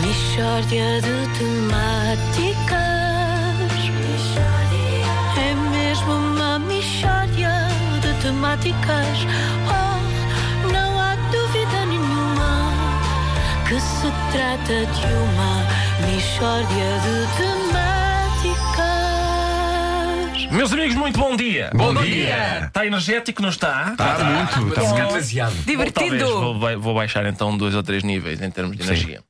Mistória de temáticas. É mesmo uma mistória de temáticas. Oh, não há dúvida nenhuma que se trata de uma mistória de temáticas. Meus amigos, muito bom dia. Bom, dia! Tá, Está energético, não está? Tá Está Tá muito, está muito. demasiado. Talvez Divertido. vou, ba- vou baixar então dois ou três níveis em termos de energia.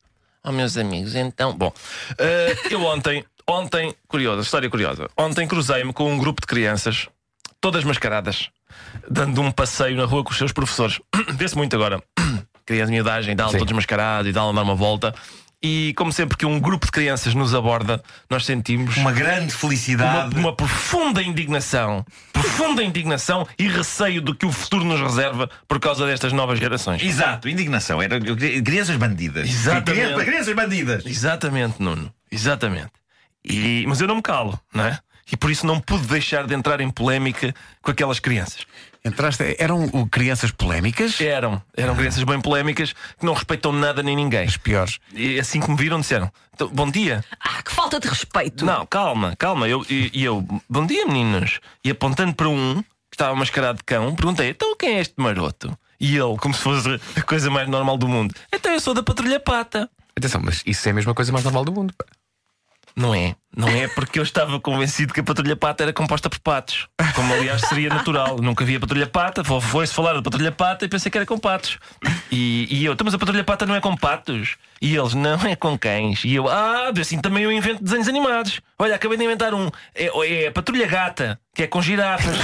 Oh, meus amigos, então. Bom, eh, eu ontem, ontem, curiosa, história curiosa. Ontem cruzei-me com um grupo de crianças, todas mascaradas, dando um passeio na rua com os seus professores. Vê-se muito agora. Crianças de idade, dá-lhe todos mascarados e dá-lhe dar uma volta. E como sempre que um grupo de crianças nos aborda, nós sentimos Uma grande uma, felicidade. uma profunda indignação, profunda indignação e receio do que o futuro nos reserva por causa destas novas gerações. Exato, indignação. Era eu queria- crianças bandidas. Exatamente. Crianças, crianças bandidas. Exatamente, Nuno, exatamente. E- mas eu não me calo, não é? E por isso não pude deixar de entrar em polémica com aquelas crianças. Entraste, eram o, crianças polémicas? Eram, eram crianças bem polémicas que não respeitam nada nem ninguém. As piores. E assim que me viram, disseram: "Então, Bom dia. Ah, que falta de respeito. Não, calma, calma. Eu, e, e eu, bom dia, meninos. E apontando para um que estava mascarado de cão, perguntei: então quem é este maroto? E ele, como se fosse a coisa mais normal do mundo, então eu sou da Patrulha Pata. Atenção, mas isso é a mesma coisa mais normal do mundo. pá. Não é, não é porque eu estava convencido que a Patrulha Pata era composta por patos. Como aliás seria natural. Nunca vi a Patrulha Pata, fo- foi-se falar da Patrulha Pata e pensei que era com patos. E, e eu, "Então, mas a Patrulha Pata não é com patos. E eles, não é com cães. E eu, ah, assim também eu invento desenhos animados. Olha, acabei de inventar um. É, é a Patrulha Gata, que é com girafas.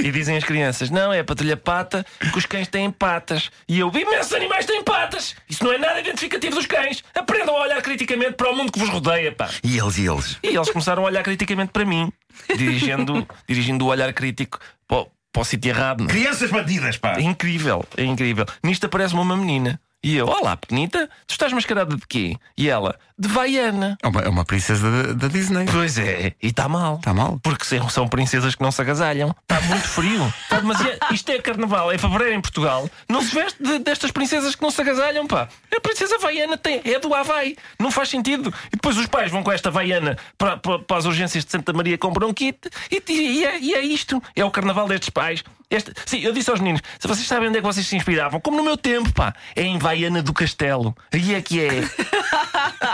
E dizem as crianças: não, é a patrulha pata, que os cães têm patas. E eu, imensos animais têm patas! Isso não é nada identificativo dos cães! Aprendam a olhar criticamente para o mundo que vos rodeia, pá! E eles, e eles. E eles começaram a olhar criticamente para mim, dirigindo, dirigindo o olhar crítico para, o- para o sítio errado. não é? Crianças bandidas, pá. É incrível, é incrível. Nisto aparece-me uma menina. E eu, olá, pequenita, tu estás mascarada de quê? E ela, de vaiana. É uma, é uma princesa da, da Disney. Pois é, e está mal. Está né? mal. Porque são- são princesas que não se agasalham. Está muito frio. Está demasiado... Isto é carnaval, é fevereiro em Portugal. Não se veste de- destas princesas que não se agasalham, pá. A princesa vaiana tem, é do Havaí. Não faz sentido. E depois os pais vão com esta vaiana para, para, para as urgências de Santa Maria compram um kit. E, e- e é, e é isto. É o carnaval destes pais. Este- sim, eu disse aos meninos: se vocês sabem onde é que vocês se inspiravam, como no meu tempo, pá, é em Vaiana do Castelo. Aí é que é. O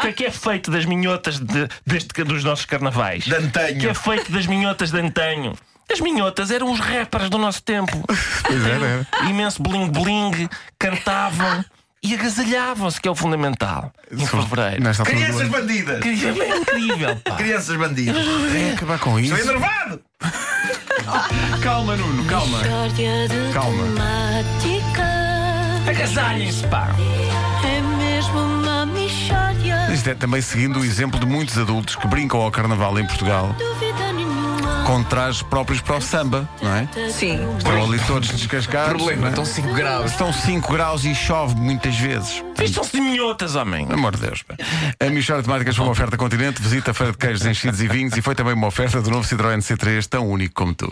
que é que é feito das minhotas de- deste- dos nossos carnavais? De antanho. Que é feito das minhotas de antanho? As minhotas eram os rappers do nosso tempo. Pois era, era. Imenso bling-bling, cantavam e agasalhavam-se, que é o fundamental. Em fevereiro. Nesta altura do Crianças ano. bandidas. Que É incrível, pá. Crianças bandidas. Vai acabar com isso. Estou enervado. Calma, Nuno, calma. Mistória de Calma. temáticas. Agasalhem-se, pá. É mesmo uma mistória. Isto é também seguindo o exemplo de muitos adultos que brincam ao carnaval em Portugal Dúvida nenhuma. com trajes próprios para o samba, não é? Sim. Estão ali todos descascados. Problema, não é? então estão 5 graus. Estão 5 graus e chove muitas vezes. Vistam-se de minhotas, homem. Pelo amor de Deus. pá. A Michel de Marcas foi uma oferta continente, visita a feira de queijos enchidos e vinhos e foi também uma oferta do novo Citroën C3, tão único como tu.